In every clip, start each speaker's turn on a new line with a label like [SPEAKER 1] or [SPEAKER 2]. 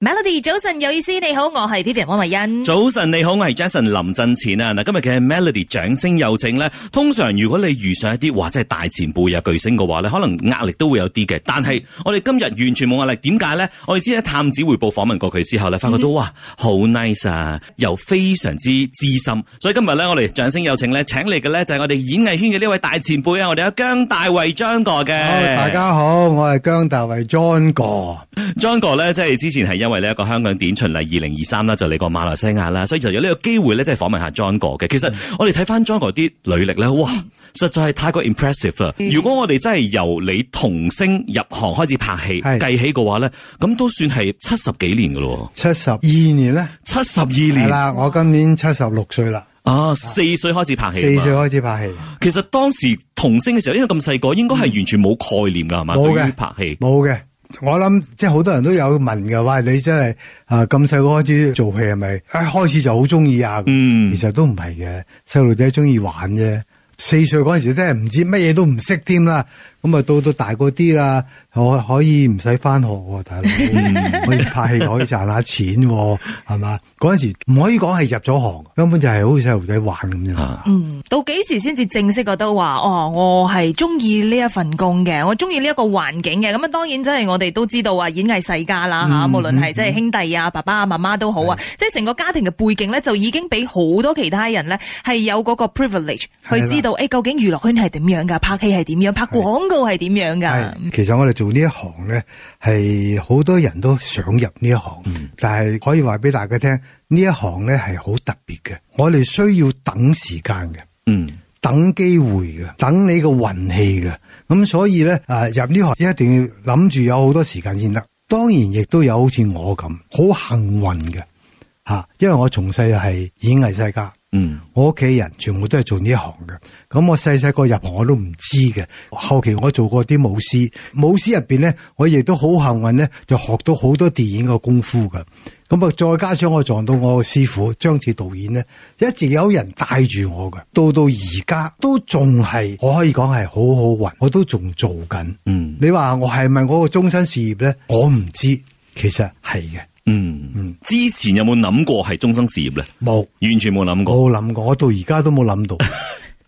[SPEAKER 1] Melody 早晨有意思，你好，我係 Vivian 汪慧欣。
[SPEAKER 2] 早晨，你好，我係 Jason 林振前啊！嗱，今日嘅 Melody 掌聲有請咧，通常如果你遇上一啲話真係大前輩啊巨星嘅話咧，可能壓力都會有啲嘅。但係我哋今日完全冇壓力，點解咧？我哋知喺探子回報訪問過佢之後咧，發覺到哇，好 nice 啊，又非常之知心。所以今日咧，我哋掌聲有請咧，請嚟嘅咧就係我哋演藝圈嘅呢位大前輩啊，我哋有姜大衛張哥嘅。
[SPEAKER 3] 大家好，我係姜大衛 John 哥。
[SPEAKER 2] John 哥咧，即係之前係因為呢一個香港典巡禮二零二三啦，就嚟過馬來西亞啦，所以就有呢個機會咧，即係訪問下 John 哥嘅。其實
[SPEAKER 3] 嗯
[SPEAKER 2] 我哋睇翻 John 哥啲履歷咧，哇，實在係太過 impressive
[SPEAKER 3] 嗯
[SPEAKER 2] 啦！如果我哋真係由你童星入行開始拍戲
[SPEAKER 3] 係
[SPEAKER 2] 計起嘅話咧，咁都算係七十幾年噶咯，
[SPEAKER 3] 七十二年咧，
[SPEAKER 2] 七十二
[SPEAKER 3] 係
[SPEAKER 2] 年
[SPEAKER 3] 啦，我今年七十六歲啦，
[SPEAKER 2] 啊，四歲開始拍
[SPEAKER 3] 四
[SPEAKER 2] 戲
[SPEAKER 3] 歲
[SPEAKER 2] 嘛。
[SPEAKER 3] 開始拍戲，
[SPEAKER 2] 其實當時童星嘅時候，因為咁細個，應該係完全冇概念噶，係嘛？對
[SPEAKER 3] 嗯冇
[SPEAKER 2] 於
[SPEAKER 3] 嘅
[SPEAKER 2] 拍戲，
[SPEAKER 3] 冇嘅。我諗即係好多人都有問嘅，話你真係啊咁細個開始做戲係咪？一啊開始就好中意啊？
[SPEAKER 2] 嗯
[SPEAKER 3] 其實都唔係嘅，細路仔中意玩啫。四歲嗰陣時真係唔知乜嘢都唔識添啦，咁啊到到大個啲啦，可可以唔使翻學喎，大佬，可以拍戲可以賺下錢喎，係嘛？嗰陣時唔可以講係入咗行，根本就係好似細路仔玩咁啫嘛。
[SPEAKER 2] 啊
[SPEAKER 1] 嗯，到幾時先至正式覺得話哦，我係中意呢一份工嘅，我中意呢一個環境嘅。咁啊，當然真係我哋都知道啊，演藝世家啦吓，無論係即係兄弟啊、爸爸啊、媽媽都好啊，即係成個家庭嘅背景咧，就已經俾好多其他人咧係有嗰個 privilege 去
[SPEAKER 3] 係啦
[SPEAKER 1] 知道誒，究竟娛樂圈係點樣噶，拍戲係點樣，拍廣告係點樣噶。
[SPEAKER 3] 係，其實我哋做呢一行咧，係好多人都想入呢一行，但係可以話俾大家聽，呢一行咧係好特別嘅。我哋需要等時間嘅，
[SPEAKER 2] 嗯，
[SPEAKER 3] 等機會嘅，等你個運氣嘅。咁所以咧，啊入呢行一定要諗住有好多時間先得。當然亦都有好似我咁好幸運嘅吓，因為我從細就係演藝世家。
[SPEAKER 2] 嗯，
[SPEAKER 3] 我屋企人全部都係做呢一行嘅，咁我細細個入行我都唔知嘅，後期我做過啲舞獅，舞獅入邊咧，我亦都好幸運咧，就學到好多電影嘅功夫嘅。咁啊，再加上我撞到我嘅師傅張志導演咧，一直有人帶住我嘅，到到而家都仲係，我可以講係好好運，我都仲做緊。
[SPEAKER 2] 嗯，
[SPEAKER 3] 你話我係咪我個終身事業咧？我唔知，其實係嘅，
[SPEAKER 2] 嗯，之前有冇諗過係終生事業咧？
[SPEAKER 3] 冇。
[SPEAKER 2] 完全冇諗過。
[SPEAKER 3] 我冇諗過，我到而家都冇諗到。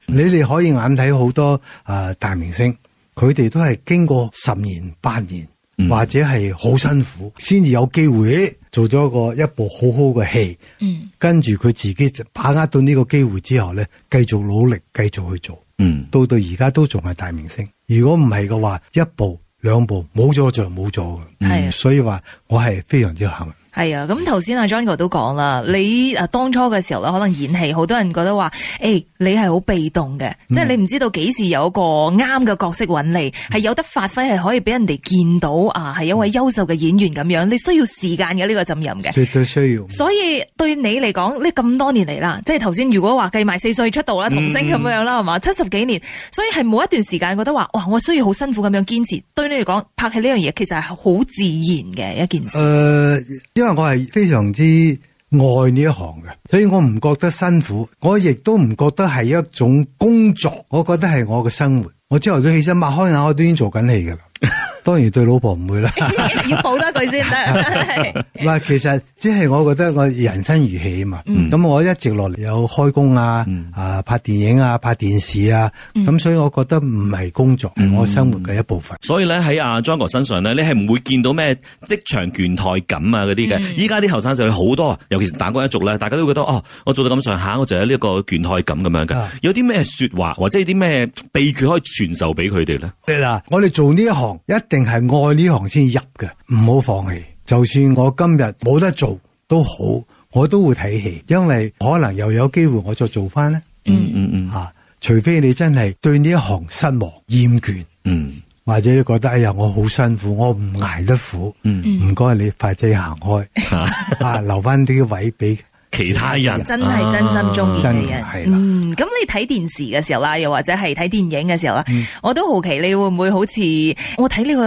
[SPEAKER 3] 你哋可以眼睇好多啊大明星，佢哋都係經過十年八年，
[SPEAKER 2] 嗯
[SPEAKER 3] 或者係好辛苦，先至有機會咦做咗個一部好好嘅戲。
[SPEAKER 1] 嗯，
[SPEAKER 3] 跟住佢自己就把握到呢個機會之後咧，繼續努力，繼續去做，
[SPEAKER 2] 嗯
[SPEAKER 3] 到到而家都仲係大明星。如果唔係嘅話，一步兩步冇咗就冇咗嘅。
[SPEAKER 1] 係啊
[SPEAKER 3] 所以話我係非常之幸運。
[SPEAKER 1] 係啊，咁頭先阿 John 哥都講啦，你啊當初嘅時候咧，可能演戲，好多人覺得話，誒、你係好被動嘅，即係你唔知道幾時有一個啱嘅角色揾你，係有得發揮，係可以俾人哋見到啊，係一位優秀嘅演員咁樣，你需要時間嘅呢個浸淫嘅。
[SPEAKER 3] 絕對需要。
[SPEAKER 1] 所以對你嚟講，呢咁多年嚟啦，即係頭先如果話計埋四歲出道啦，童星咁樣啦，係嘛、七十幾年，所以係冇一段時間覺得話，哇，我需要好辛苦咁樣堅持。對你嚟講，拍戲呢樣嘢其實係好自然嘅一件
[SPEAKER 3] 誒、
[SPEAKER 1] 事。
[SPEAKER 3] 呃因為我係非常之愛呢一行嘅，所以我唔覺得辛苦，我亦都唔覺得係一種工作，我覺得係我嘅生活。我朝頭早起身擘開眼，我都已經做緊戲㗎啦。當然對老婆唔會啦。
[SPEAKER 1] 要補多句先 得。嗯
[SPEAKER 3] 唔係，其實即係我覺得我人生如戲啊嘛。咁、我一直落嚟有開工啊，啊拍電影啊，拍電視啊，咁、所以我覺得唔係工作，係我生活嘅一部分。
[SPEAKER 2] 所以咧喺阿 John 哥身上咧，你係唔會見到咩職場倦怠感啊嗰啲嘅。
[SPEAKER 3] 嗯
[SPEAKER 2] 依家啲後生仔好多，尤其是打工一族咧，大家都會覺得哦，我做到咁上下，我就有呢一個倦怠感咁樣嘅
[SPEAKER 3] 啊。
[SPEAKER 2] 有啲咩說話或者有啲咩秘訣可以傳授俾佢哋咧？
[SPEAKER 3] 嗱，我哋做呢一行一定係愛呢行先入嘅，唔好放棄。就算我今日冇得做都好，我都會睇戲，因為可能又有機會我再做翻呢。
[SPEAKER 2] 嗯嗯嗯
[SPEAKER 3] 啊，除非你真係對呢一行失望、厭倦，
[SPEAKER 2] 嗯
[SPEAKER 3] 或者你覺得哎呀我好辛苦，我唔捱得苦，唔該你快啲行開，啊留翻啲位俾。
[SPEAKER 2] 其他人啊
[SPEAKER 1] 真係真心中意
[SPEAKER 3] 啊真
[SPEAKER 1] 嘅
[SPEAKER 3] 係
[SPEAKER 1] 人
[SPEAKER 3] 係啦，
[SPEAKER 1] 嗯，咁你睇電視嘅時候啦，又或者係睇電影嘅時候啦，
[SPEAKER 3] 嗯
[SPEAKER 1] 我都好奇你會唔會好似我睇呢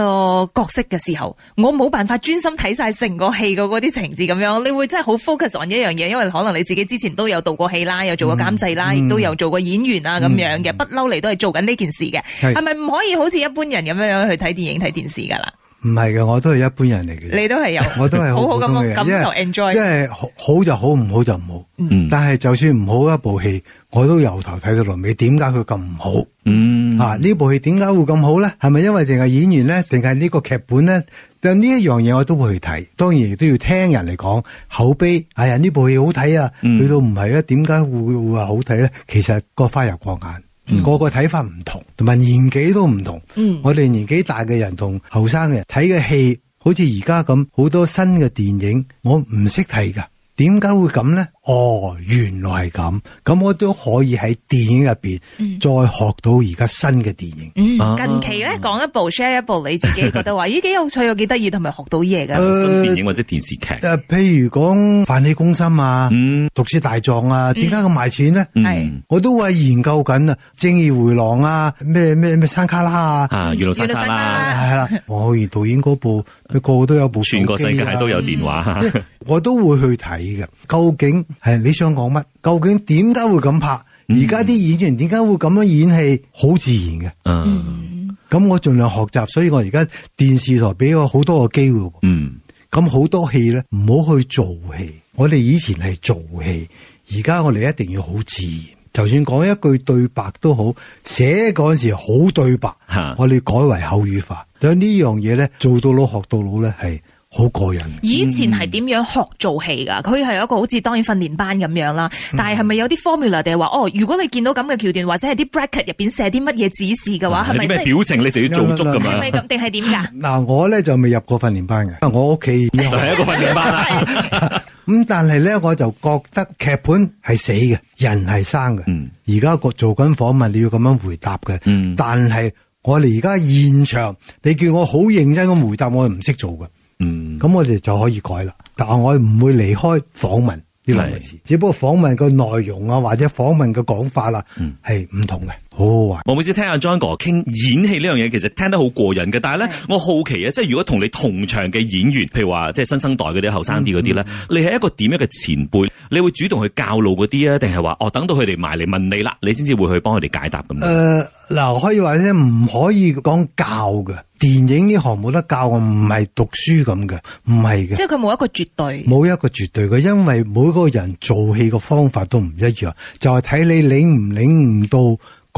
[SPEAKER 1] 個角色嘅時候，我冇辦法專心睇晒成個戲嘅嗰啲情節咁樣，你會真係好 focus on 一樣嘢，因為可能你自己之前都有導過戲啦，有做過監製
[SPEAKER 3] 嗯
[SPEAKER 1] 啦，亦都有做過演員啊咁樣嘅，不嬲嚟都係做緊呢件事嘅，
[SPEAKER 3] 係
[SPEAKER 1] 係咪唔可以好似一般人咁樣樣去睇電影睇電視㗎啦？
[SPEAKER 3] 唔係嘅，我都係一般人嚟嘅。
[SPEAKER 1] 你都係有，
[SPEAKER 3] 我都係
[SPEAKER 1] 好
[SPEAKER 3] 好
[SPEAKER 1] 好
[SPEAKER 3] 普
[SPEAKER 1] 咁
[SPEAKER 3] 通嘅
[SPEAKER 1] 樣
[SPEAKER 3] 人
[SPEAKER 1] 感受 enjoy
[SPEAKER 3] 因。為好好就好，唔好就唔好。
[SPEAKER 2] 嗯
[SPEAKER 3] 但係就算唔好一部戲，我都由頭睇到落尾。點解佢咁唔好？
[SPEAKER 2] 嗯，
[SPEAKER 3] 啊！呢部戲點解會咁好咧？係咪因為淨係演員咧，定係呢個劇本咧？但呢一樣嘢我都會去睇，當然亦都要聽人嚟講口碑。哎呀，呢部戲好睇啊！
[SPEAKER 2] 嗯
[SPEAKER 3] 去到唔係啊，點解會會話好睇咧？其實個花入過眼。
[SPEAKER 2] 嗯
[SPEAKER 3] 個個睇法唔同，同埋年紀都唔同。
[SPEAKER 1] 嗯
[SPEAKER 3] 我哋年紀大嘅人同後生嘅人睇嘅戲，好似而家咁好多新嘅電影，我唔識睇㗎。點解會咁呢？哦，原來係咁，咁我都可以喺電影入邊
[SPEAKER 2] 嗯
[SPEAKER 3] 再學到而家新嘅電影。
[SPEAKER 1] 嗯
[SPEAKER 2] 啊，
[SPEAKER 1] 近期咧講一部 share 一部，你自己覺得話咦幾有趣，又幾得意，同埋學到嘢 嘅。
[SPEAKER 3] 誒
[SPEAKER 2] 新電影或者電視劇，
[SPEAKER 3] 誒，譬如講《飯氣攻心》啊，
[SPEAKER 2] 嗯
[SPEAKER 3] 毒舌大狀》啊，點解咁賣錢呢？
[SPEAKER 2] 嗯
[SPEAKER 3] 我都係研究緊啊，《正義回廊》啊，咩咩咩山卡拉啊，
[SPEAKER 2] 啊，娛樂
[SPEAKER 1] 娛
[SPEAKER 2] 山
[SPEAKER 1] 樂
[SPEAKER 2] 卡
[SPEAKER 1] 山
[SPEAKER 2] 啦，
[SPEAKER 1] 卡
[SPEAKER 3] 係啦，黃浩然導演嗰部，佢個個都有部手機
[SPEAKER 2] 全
[SPEAKER 3] 啊，
[SPEAKER 2] 個世界都有電話，
[SPEAKER 3] 即係 我都會去睇嘅。究竟係你想講乜？究竟點解會咁拍？而家啲演員點解會咁樣演戲？好自然嘅。
[SPEAKER 2] 嗯
[SPEAKER 3] 咁我盡量學習，所以我而家電視台俾我好多個機會喎。
[SPEAKER 2] 嗯
[SPEAKER 3] 咁好多戲咧，唔好去做戲。我哋以前係做戲，而家我哋一定要好自然。就算講一句對白都好，寫嗰陣時好對白
[SPEAKER 2] 嚇，
[SPEAKER 3] 我哋改為口語化。咁呢樣嘢咧，做到老學到老咧，係好過癮。
[SPEAKER 1] 以前係點樣學做戲㗎？佢係有一個好似當然訓練班咁樣啦，但係係咪有啲 formula 定係話哦？如果你見到咁嘅橋段，或者係啲 bracket 入邊寫啲乜嘢指示嘅話，係
[SPEAKER 2] 有
[SPEAKER 1] 咪即
[SPEAKER 2] 啲咩
[SPEAKER 1] 係
[SPEAKER 2] 表情你就要做足咁
[SPEAKER 1] 係
[SPEAKER 2] 樣
[SPEAKER 1] 咪，咁定係點㗎？
[SPEAKER 3] 嗱，我咧就未入過訓練班嘅，因為我屋企已經
[SPEAKER 2] 就係一個訓練班啦。
[SPEAKER 3] 咁，但係咧我就覺得劇本係死嘅，人係生嘅。
[SPEAKER 2] 嗯
[SPEAKER 3] 而家個做緊訪問，你要咁樣回答嘅。
[SPEAKER 2] 嗯
[SPEAKER 3] 但係我哋而家現場，你叫我好認真咁回答，我係唔識做嘅。
[SPEAKER 2] 嗯
[SPEAKER 3] 咁我哋就可以改啦。但係我唔會離開訪問呢兩個字，只不過訪問個內容啊，或者訪問嘅講法啦，
[SPEAKER 2] 嗯
[SPEAKER 3] 係唔同嘅，好好啊玩。
[SPEAKER 2] 我每次聽阿 John 哥傾演戲呢樣嘢，其實聽得好過癮嘅。但係咧，我好奇啊，即係如果同你同場嘅演員，譬如話即係新生代嗰啲、後生啲嗰啲咧，你係一個點樣嘅前輩？你會主動去教路嗰啲啊，定係話哦等到佢哋埋嚟問你啦，你先至會去幫佢哋解答咁
[SPEAKER 3] 誒
[SPEAKER 2] 樣？
[SPEAKER 3] 呃嗱、可以話咧，唔可以講教嘅。電影呢行冇得教，我唔係讀書咁嘅，唔係嘅
[SPEAKER 1] 即，係佢冇一個絕對。
[SPEAKER 3] 冇一個絕對嘅，因為每個人做戲嘅方法都唔一樣，就係、睇你領唔領悟到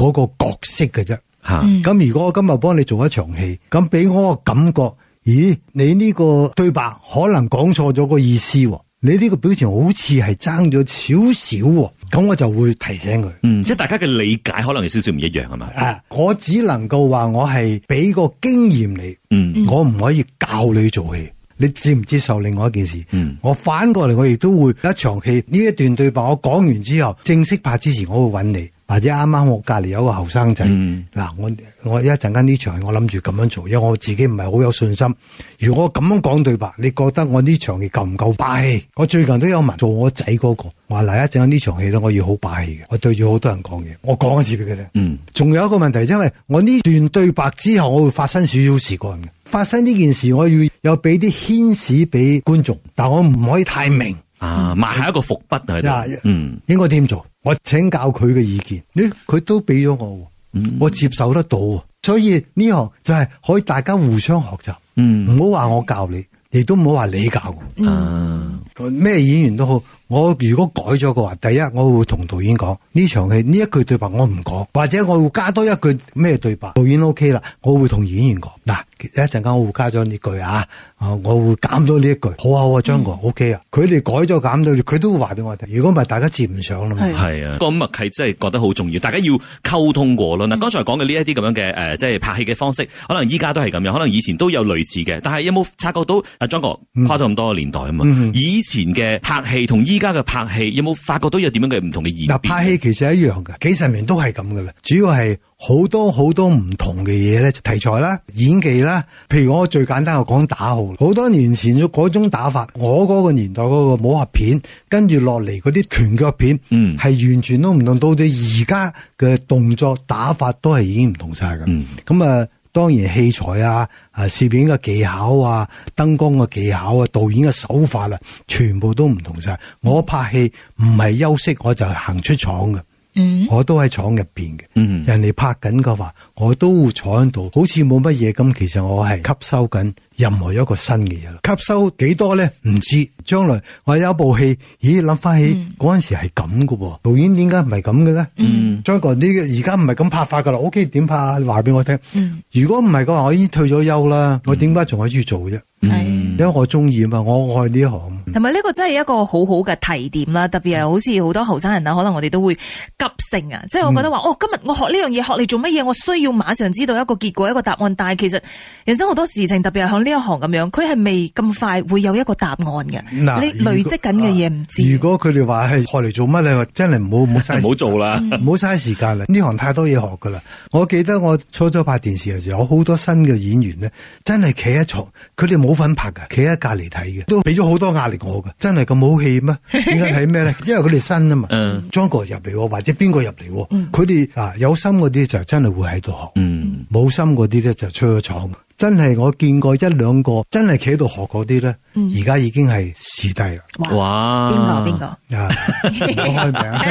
[SPEAKER 3] 嗰個角色嘅啫。
[SPEAKER 2] 吓、
[SPEAKER 3] 咁、如果我今日幫你做一場戲，咁俾我個感覺，咦，你呢個對白可能講錯咗個意思喎，你呢個表情好似係爭咗少少喎，咁我就會提醒佢。
[SPEAKER 2] 嗯，即係大家嘅理解可能有少少唔一樣係嘛？
[SPEAKER 3] 啊！我只能夠話我係俾個經驗你，
[SPEAKER 2] 嗯
[SPEAKER 3] 我唔可以教你做戲。你接唔接受另外一件事？
[SPEAKER 2] 嗯
[SPEAKER 3] 我反過嚟，我亦都會一場戲呢一段對白，我講完之後，正式拍之前，我會揾你，或者啱啱我隔離有個後生仔，嗱、
[SPEAKER 2] 嗯
[SPEAKER 3] 我我一陣間呢場戲我諗住咁樣做，因為我自己唔係好有信心。如果我咁樣講對白，你覺得我呢場戲夠唔夠霸氣？我最近都有問做我仔嗰、個，我話嗱一陣間呢場戲咧，我要好霸氣嘅，我對住好多人講嘢，我講一次俾佢聽。
[SPEAKER 2] 嗯
[SPEAKER 3] 仲有一個問題，因為我呢段對白之後，我會發生少少事幹嘅。發生呢件事，我要有俾啲牽使俾觀眾，但我唔可以太明，
[SPEAKER 2] 啊，埋下一個伏筆喺
[SPEAKER 3] 嗱
[SPEAKER 2] 度。嗯
[SPEAKER 3] 應該點做？我請教佢嘅意見，咦，佢都俾咗我喎，我接受得到喎。所以呢行就係可以大家互相學習，
[SPEAKER 2] 嗯
[SPEAKER 3] 唔好話我教你，亦都唔好話你教我。
[SPEAKER 2] 啊
[SPEAKER 3] 咩演員都好，我如果改咗嘅話，第一我會同導演講呢場戲呢一句對白我唔講，或者我會加多一句咩對白，導演 OK 啦，我會同演員講嗱，一陣間我會加咗呢句啊，啊我會減咗呢一句，好啊好啊，張哥 OK 啊，佢哋改咗減咗，佢都會話俾我聽，如果唔係大家接唔上啦嘛。
[SPEAKER 1] 係
[SPEAKER 2] 係啊，個默契真係覺得好重要，大家要溝通過咯。
[SPEAKER 3] 嗯
[SPEAKER 2] 嗱，剛才講嘅呢一啲咁樣嘅誒，呃即係拍戲嘅方式，可能依家都係咁樣，可能以前都有類似嘅。但係有冇察覺到阿莊
[SPEAKER 3] 嗯
[SPEAKER 2] 哥跨咗咁多個年代啊嘛？以前嘅拍戲同依家嘅拍戲，有冇發覺到有點樣嘅唔同嘅演
[SPEAKER 3] 嗱，
[SPEAKER 2] 變？
[SPEAKER 3] 拍戲其實一樣嘅，幾十年都係咁噶啦。主要係好多好多唔同嘅嘢咧，題材啦、演技啦。譬如我最簡單我講打號，好多年前嗰種打法，我嗰個年代嗰個武俠片，跟住落嚟嗰啲拳腳片，係、
[SPEAKER 2] 嗯
[SPEAKER 3] 完全都唔同。到到而家嘅動作打法都係已經唔同晒㗎。
[SPEAKER 2] 嗯
[SPEAKER 3] 咁啊、當然器材啊、啊攝影嘅技巧啊、燈光嘅技巧啊、導演嘅手法啊，全部都唔同晒。我拍戲唔係休息，我就行出廠嘅。
[SPEAKER 1] 嗯
[SPEAKER 3] 我都喺廠入邊嘅。
[SPEAKER 2] 嗯
[SPEAKER 3] 人哋拍緊嘅話，我都坐喺度，好似冇乜嘢咁。其實我係吸收緊任何一個新嘅嘢啦。吸收幾多咧？唔知。將來我有一部戲，咦？諗翻起
[SPEAKER 1] 嗯
[SPEAKER 3] 嗰陣時係咁嘅喎，導演點解唔係咁嘅咧？
[SPEAKER 2] 嗯
[SPEAKER 3] 張國呢而家唔係咁拍法噶啦，OK 點拍啊？你話俾我聽。
[SPEAKER 1] 嗯
[SPEAKER 3] 如果唔係嘅話，我已經退咗休啦。我點解仲可以做啫？
[SPEAKER 1] 係
[SPEAKER 3] 因為我中意啊嘛，我愛呢一行。
[SPEAKER 1] 同埋呢個真係一個好好嘅提點啦，特別係好似好多後生人啊，可能我哋都會急性啊，即係
[SPEAKER 3] 嗯
[SPEAKER 1] 我覺得話，哦，今日我學呢樣嘢學嚟做乜嘢？我需要馬上知道一個結果一個答案，但係其實人生好多事情，特別係向呢一行咁樣，佢係未咁快會有一個答案嘅。
[SPEAKER 3] 嗱啊
[SPEAKER 1] 你累積緊嘅嘢唔知。
[SPEAKER 3] 如果佢哋話係學嚟做乜你話真係唔好唔好嘥 時
[SPEAKER 2] 唔
[SPEAKER 3] 間
[SPEAKER 2] 好做啦。
[SPEAKER 3] 唔好嘥時間啦！呢行太多嘢學噶啦。我記得我初初拍電視嘅時候，有好多新嘅演員咧，真係企喺床，佢哋冇份拍噶，企喺隔離睇嘅，都俾咗好多壓力我噶。真係咁好戲 咩？點解睇咩咧？因為佢哋新啊嘛
[SPEAKER 2] 嗯，
[SPEAKER 3] 張國入嚟喎，或者邊個入嚟喎，佢哋嗱有心嗰啲就真係會喺度學。
[SPEAKER 2] 嗯，
[SPEAKER 3] 冇心嗰啲咧就出咗廠，真係我見過一兩個真係企喺度學嗰啲咧，而家已經係視帝啦。
[SPEAKER 1] 哇，
[SPEAKER 2] 嗯哇，
[SPEAKER 1] 邊個邊？個？
[SPEAKER 3] 啊，唔好開 名，啊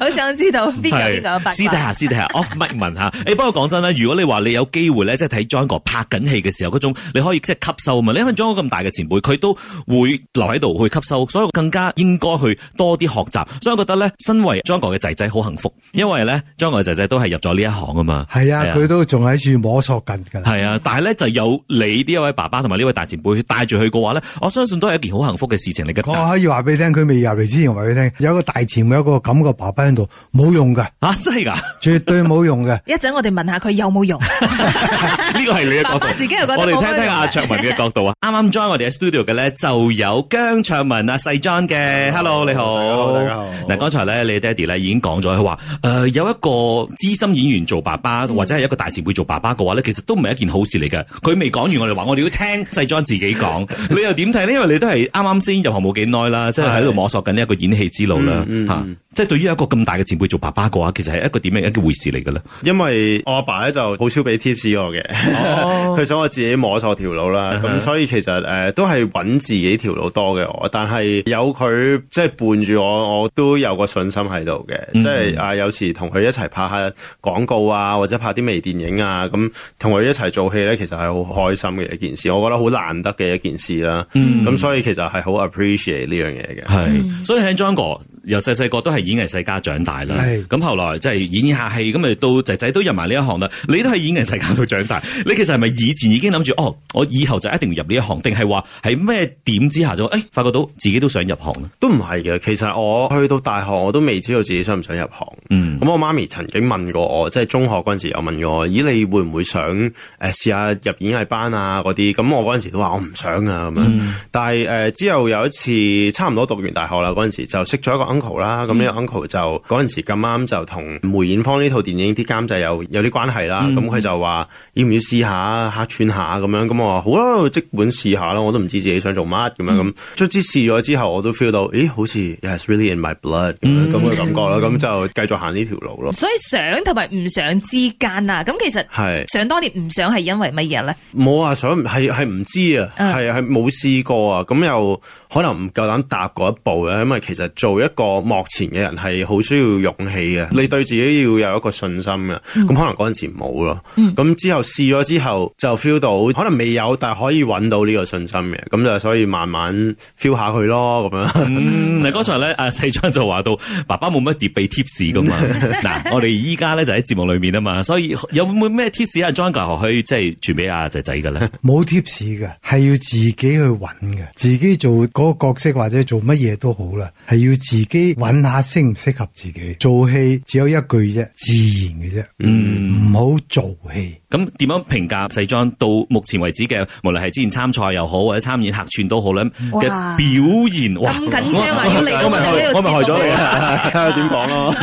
[SPEAKER 1] 好想知道邊個邊個有八卦
[SPEAKER 2] 私底下私底 下 off mic 問下，誒不過講真啦，如果你話你有機會咧，即係睇 John 哥拍緊戲嘅時候嗰種，你可以即係吸收啊嘛。你因為 John 哥咁大嘅前輩，佢都會留喺度去吸收，所以更加應該去多啲學習。所以我覺得咧，身為 John 哥嘅仔仔好幸福，因
[SPEAKER 1] 嗯。
[SPEAKER 2] 為咧 John 哥嘅仔仔都係入咗呢一行啊嘛。
[SPEAKER 3] 係啊，佢都仲喺處摸索緊㗎啦。
[SPEAKER 2] 係啊，但係咧就有你呢一位爸爸同埋呢位大前輩帶住佢嘅話咧，我相信都係一件好幸福嘅事情嚟嘅。
[SPEAKER 3] 我可以話俾你聽，佢未入嚟之前話俾你聽，有個大前輩有一個咁嘅爸爸喺度，冇用㗎，
[SPEAKER 2] 啊，真係㗎？
[SPEAKER 3] 絕對冇用嘅
[SPEAKER 1] 一陣我哋問下佢有冇用。
[SPEAKER 2] 呢個係你嘅角
[SPEAKER 1] 爸
[SPEAKER 2] 度，
[SPEAKER 1] 爸自己又覺得
[SPEAKER 2] 我哋
[SPEAKER 1] 冇乜
[SPEAKER 2] 聽聽阿卓文嘅角度啊。啱啱 join 我哋嘅 studio 嘅咧，就有姜卓文啊，細 John 嘅。Hello，你好，
[SPEAKER 4] 大家好
[SPEAKER 2] 嗱，剛才咧你爹哋咧已經講咗，佢話誒有一個資深演員做爸
[SPEAKER 1] 嗯
[SPEAKER 2] 爸，或者係一個大前輩做爸爸嘅話咧，其實都唔係一件好事嚟嘅。佢未講完，我哋話我哋要聽細 John 自己 講。你又點睇呢？因為你都係啱啱先入行冇幾耐啦，即係喺度摸索緊呢一個演戲之路啦，
[SPEAKER 1] 嗯
[SPEAKER 2] 吓。即係對於一個咁大嘅前輩做爸爸嘅話，其實係一個點樣一個回事嚟嘅咧？
[SPEAKER 4] 因為我阿爸咧就好少俾 tips 我嘅，
[SPEAKER 1] 哦
[SPEAKER 4] 佢、想我自己摸索條路啦。咁、所以其實誒、呃都係揾自己條路多嘅我，但係有佢即係伴住我，我都有個信心喺度嘅。即係啊，有時同佢一齊拍下廣告啊，或者拍啲微電影啊，咁同佢一齊做戲咧，其實係好開心嘅一件事。我覺得好難得嘅一件事啦。咁、所以其實係好 appreciate 呢樣嘢嘅。
[SPEAKER 2] 係，所以喺 John 哥由細細個都係演藝世家長大啦。
[SPEAKER 3] 係
[SPEAKER 2] 咁後來即係演演下戲，咁咪到仔仔都入埋呢一行啦。你都喺演藝世家度長大，你其實係咪以前已經諗住哦，我以後就一定要入呢一行，定係話喺咩點之下就誒、哎、發覺到自己都想入行啊咧？
[SPEAKER 4] 都唔係嘅，其實我去到大學我都未知道自己想唔想入行。
[SPEAKER 2] 嗯
[SPEAKER 4] 咁我媽咪曾經問過我，即係中學嗰陣時有問過我，咦你會唔會想誒試下入演藝班啊嗰啲？咁我嗰陣時都話我唔想啊咁樣。但係誒、呃之後有一次差唔多讀完大學啦，嗰陣時就識咗一個 uncle 啦。咁呢個梅就嗰陣時咁啱就同梅艷芳呢套電影啲監製有有啲關係啦，咁佢、就話要唔要試下客串下咁樣，咁我話好啦，即管試下啦，我都唔知自己想做乜咁樣咁，卒之試咗之後，我都 feel 到，咦，好似 yes really in my blood 咁樣咁嘅感覺啦，咁就繼續行呢條路咯，
[SPEAKER 1] 所以想同埋唔想之間啊，咁其實
[SPEAKER 4] 係。
[SPEAKER 1] 想當年唔想係因為乜嘢咧？
[SPEAKER 4] 冇啊，想係係唔知啊，
[SPEAKER 1] 嗯
[SPEAKER 4] 係係冇試過啊，咁又可能唔夠膽踏嗰一步嘅，因為其實做一個幕前嘅人係好需要勇氣嘅，你對自己要有一個信心嘅，咁、可能嗰陣時冇咯，咁、之後試咗之後就 feel 到可能未有，但係可以揾到呢個信心嘅，咁就所以慢慢 feel 下佢咯，咁樣。
[SPEAKER 2] 嗯，嗱，剛才咧，阿細張就話到 爸爸冇乜碟俾 tips 噶嘛。嗱，我哋依家咧就喺節目裏面啊嘛，所以有冇咩 tips 阿 John 哥可以即係傳俾阿仔仔嘅咧？
[SPEAKER 3] 冇 tips 嘅，係要自己去揾嘅，自己做嗰個角色或者做乜嘢都好啦，係要自己揾下適唔適合自己。做戲只有一句啫，自然嘅啫，唔好做戲。
[SPEAKER 2] 咁點樣評價細裝到目前為止嘅，無論係之前參賽又好，或者參演客串都好咧
[SPEAKER 1] 哇
[SPEAKER 2] 嘅表現，哇！
[SPEAKER 1] 咁緊張啊要嚟到
[SPEAKER 2] 我咪
[SPEAKER 1] 我哋呢
[SPEAKER 2] 害
[SPEAKER 1] 個
[SPEAKER 2] 我咪害
[SPEAKER 1] 節目
[SPEAKER 2] 咗你啊！
[SPEAKER 4] 睇下點講咯，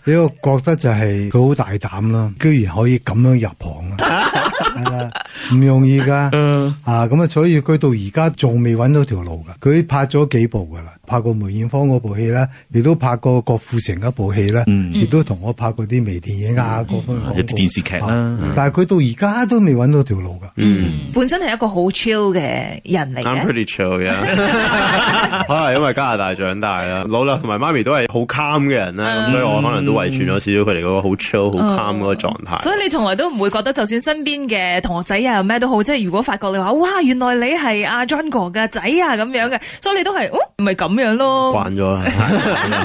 [SPEAKER 3] 你我覺得就係佢好大膽啦，居然可以咁樣入行啦。系啦，唔容易噶。
[SPEAKER 2] 嗯
[SPEAKER 3] 啊，咁啊，所以佢到而家仲未揾到條路噶。佢拍咗幾部噶啦，拍過梅艷芳嗰部戲啦，亦都拍過郭富城嗰部戲啦，亦都同我拍過啲微電影啊，各方面廣告
[SPEAKER 2] 嗯有啲電視劇啦
[SPEAKER 3] 啊
[SPEAKER 2] 嗯
[SPEAKER 3] 但係佢到而家都未揾到條路噶。
[SPEAKER 1] 本身係一個好 chill 嘅人嚟
[SPEAKER 4] I'm
[SPEAKER 1] 嘅。
[SPEAKER 4] pretty chill 嘅，可能因為加拿大長大啦，老啦同埋媽咪都係好 calm 嘅人
[SPEAKER 1] 嗯
[SPEAKER 4] 啦，咁所以我可能都遺傳咗少少佢哋嗰個好 chill、好 calm 嗰個狀態。
[SPEAKER 1] 所以你從來都唔會覺得，就算身邊嘅同學仔啊咩都好，即係如果發覺你話哇，原來你係阿 John 哥嘅仔啊咁樣嘅，所以你都係，哦，唔係咁樣咯，
[SPEAKER 4] 慣咗啦，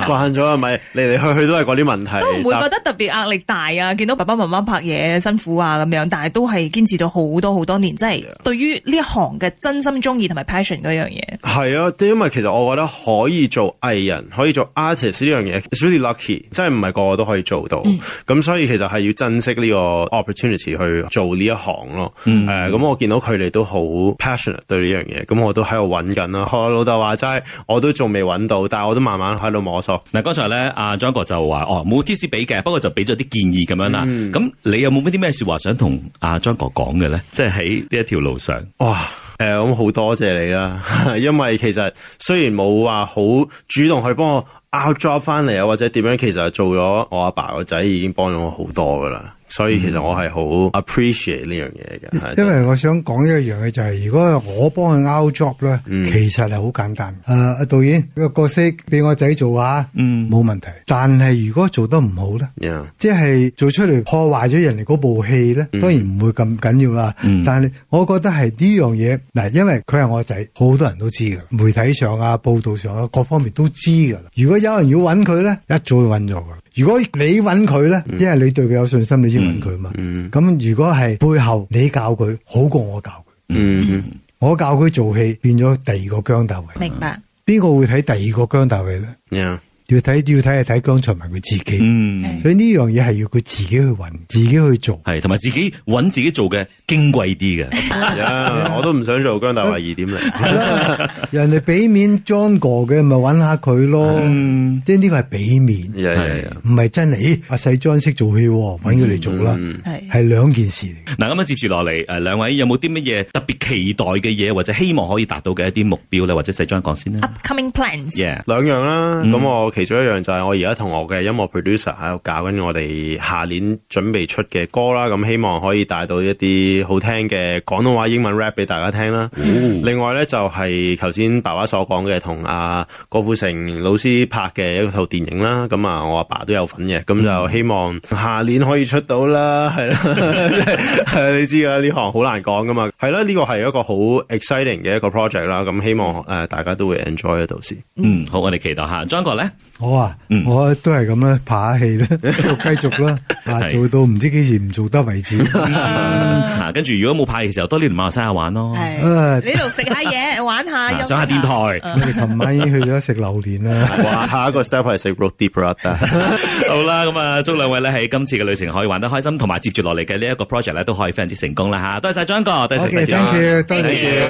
[SPEAKER 4] 慣咗啦，咪嚟嚟去去都係嗰啲問題。
[SPEAKER 1] 都唔會
[SPEAKER 4] 但
[SPEAKER 1] 覺得特別壓力大啊，見到爸爸媽媽拍嘢辛苦啊咁樣，但係都係堅持咗好多好多年，即係對於呢一行嘅真心中意同埋 passion 嗰樣嘢。
[SPEAKER 4] 係啊，因為其實我覺得可以做藝人，可以做 artist 呢樣嘢，it's really lucky，真係唔係個個都可以做到。咁、所以其實係要珍惜呢個 opportunity 去做呢一行咯。誒、咁、我見到佢哋都好 passionate 對呢樣嘢，咁我都喺度揾緊啦。我老豆話齋，我都仲未揾到，但係我都慢慢喺度摸索。
[SPEAKER 2] 嗱，剛才咧，阿張國就話哦，冇 tips 俾嘅，不過就俾咗啲建議咁樣啦。咁、你有冇啲咩说話想同阿張國講嘅咧？即係喺呢一條路上，
[SPEAKER 4] 哇！誒咁好多謝你啦， 因為其實雖然冇話好主動去幫我 out job 翻嚟啊，或者點樣，其實做咗我阿爸個仔已經幫咗我好多噶啦，所以其實我係好 appreciate 呢樣嘢嘅係
[SPEAKER 3] 因
[SPEAKER 4] 真係。
[SPEAKER 3] 為我想講一樣嘢就係、如果我幫佢 out job 咧，
[SPEAKER 4] 嗯
[SPEAKER 3] 其實係好簡單。誒、阿導演個角色俾我仔做下，
[SPEAKER 2] 嗯
[SPEAKER 3] 冇問題。但係如果做得唔好咧，
[SPEAKER 4] Yeah
[SPEAKER 3] 即係做出嚟破壞咗人哋嗰部戲咧，當然唔會咁緊要啦。但係我覺得係呢樣嘢嗱，因為佢係我仔，好多人都知噶，媒體上啊、報道上啊，各方面都知噶啦。如果有人要揾佢咧，一早就揾咗噶。如果你揾佢咧，因為你對佢有信心，你先揾佢嘛。咁、如果係背後你教佢，好過我教佢。
[SPEAKER 4] 嗯，
[SPEAKER 3] 我教佢做戲，變咗第二個姜大衛。
[SPEAKER 1] 明白。
[SPEAKER 3] 邊個會睇第二個姜大衛咧？
[SPEAKER 4] yeah，
[SPEAKER 3] 要睇要睇係睇姜卓文佢自己。
[SPEAKER 2] 嗯，
[SPEAKER 3] 所以呢樣嘢係要佢自己去揾，自己去 做。
[SPEAKER 2] 係同埋自己揾自己做嘅矜貴啲嘅。
[SPEAKER 4] yeah，我都唔想做姜大衛二點零。
[SPEAKER 3] 係啦，人哋俾面 John 哥嘅，咪揾下佢咯。即係呢個係俾面，
[SPEAKER 4] Yeah, yeah,
[SPEAKER 2] 嗯係
[SPEAKER 4] yeah
[SPEAKER 3] 唔係真係。咦阿細 John 識做戲喎，揾佢嚟做啦，
[SPEAKER 2] 嗯
[SPEAKER 1] 係
[SPEAKER 3] 係兩件事嚟嘅。
[SPEAKER 2] 嗱，咁啊，接住落嚟，誒兩位有冇啲乜嘢特別期待嘅嘢，或者希望可以達到嘅一啲目標咧，或者細張講先啦。
[SPEAKER 1] Upcoming plans。
[SPEAKER 2] Yeah，
[SPEAKER 4] 兩樣啦，咁、我其中一樣就係我而家同我嘅音樂 producer 喺度搞緊我哋下年準備出嘅歌啦，咁希望可以帶到一啲好聽嘅廣東話、英文 rap 俾大家聽啦。另外呢，就係頭先爸爸所講嘅同阿郭富城老師拍嘅一套電影啦，咁啊我阿爸都有份嘅，咁就希望下年可以出到啦，係啦係，你知噶呢行好難講噶嘛，係啦，呢個係一個好 exciting 嘅一個 project 啦，咁希望誒、呃大家都會 enjoy 得到先。
[SPEAKER 2] 嗯，好，我哋期待下。張國咧，
[SPEAKER 3] 我啊，我都係咁啦，拍下戲 啦，繼續啦，啊，
[SPEAKER 2] 係
[SPEAKER 3] 做到唔知幾時唔做得為 止。
[SPEAKER 2] 啊跟住如果冇派嘅時候，多啲嚟馬來西亞玩咯。
[SPEAKER 3] 啊
[SPEAKER 1] 係。呢啊度食下嘢，玩下，
[SPEAKER 2] 啊嗱上下電台。
[SPEAKER 3] 我哋琴晚已經去咗食榴蓮 啦。
[SPEAKER 4] 哇！下一個 step 係食 roti prata，
[SPEAKER 2] 好啦，咁啊，祝兩位咧喺今次嘅旅程可以玩得開心，同埋接住落嚟嘅呢一個 project 咧都可以非常之成功啦吓。多謝晒張哥，多謝細
[SPEAKER 3] OK，
[SPEAKER 2] 張。
[SPEAKER 3] thank you，多謝。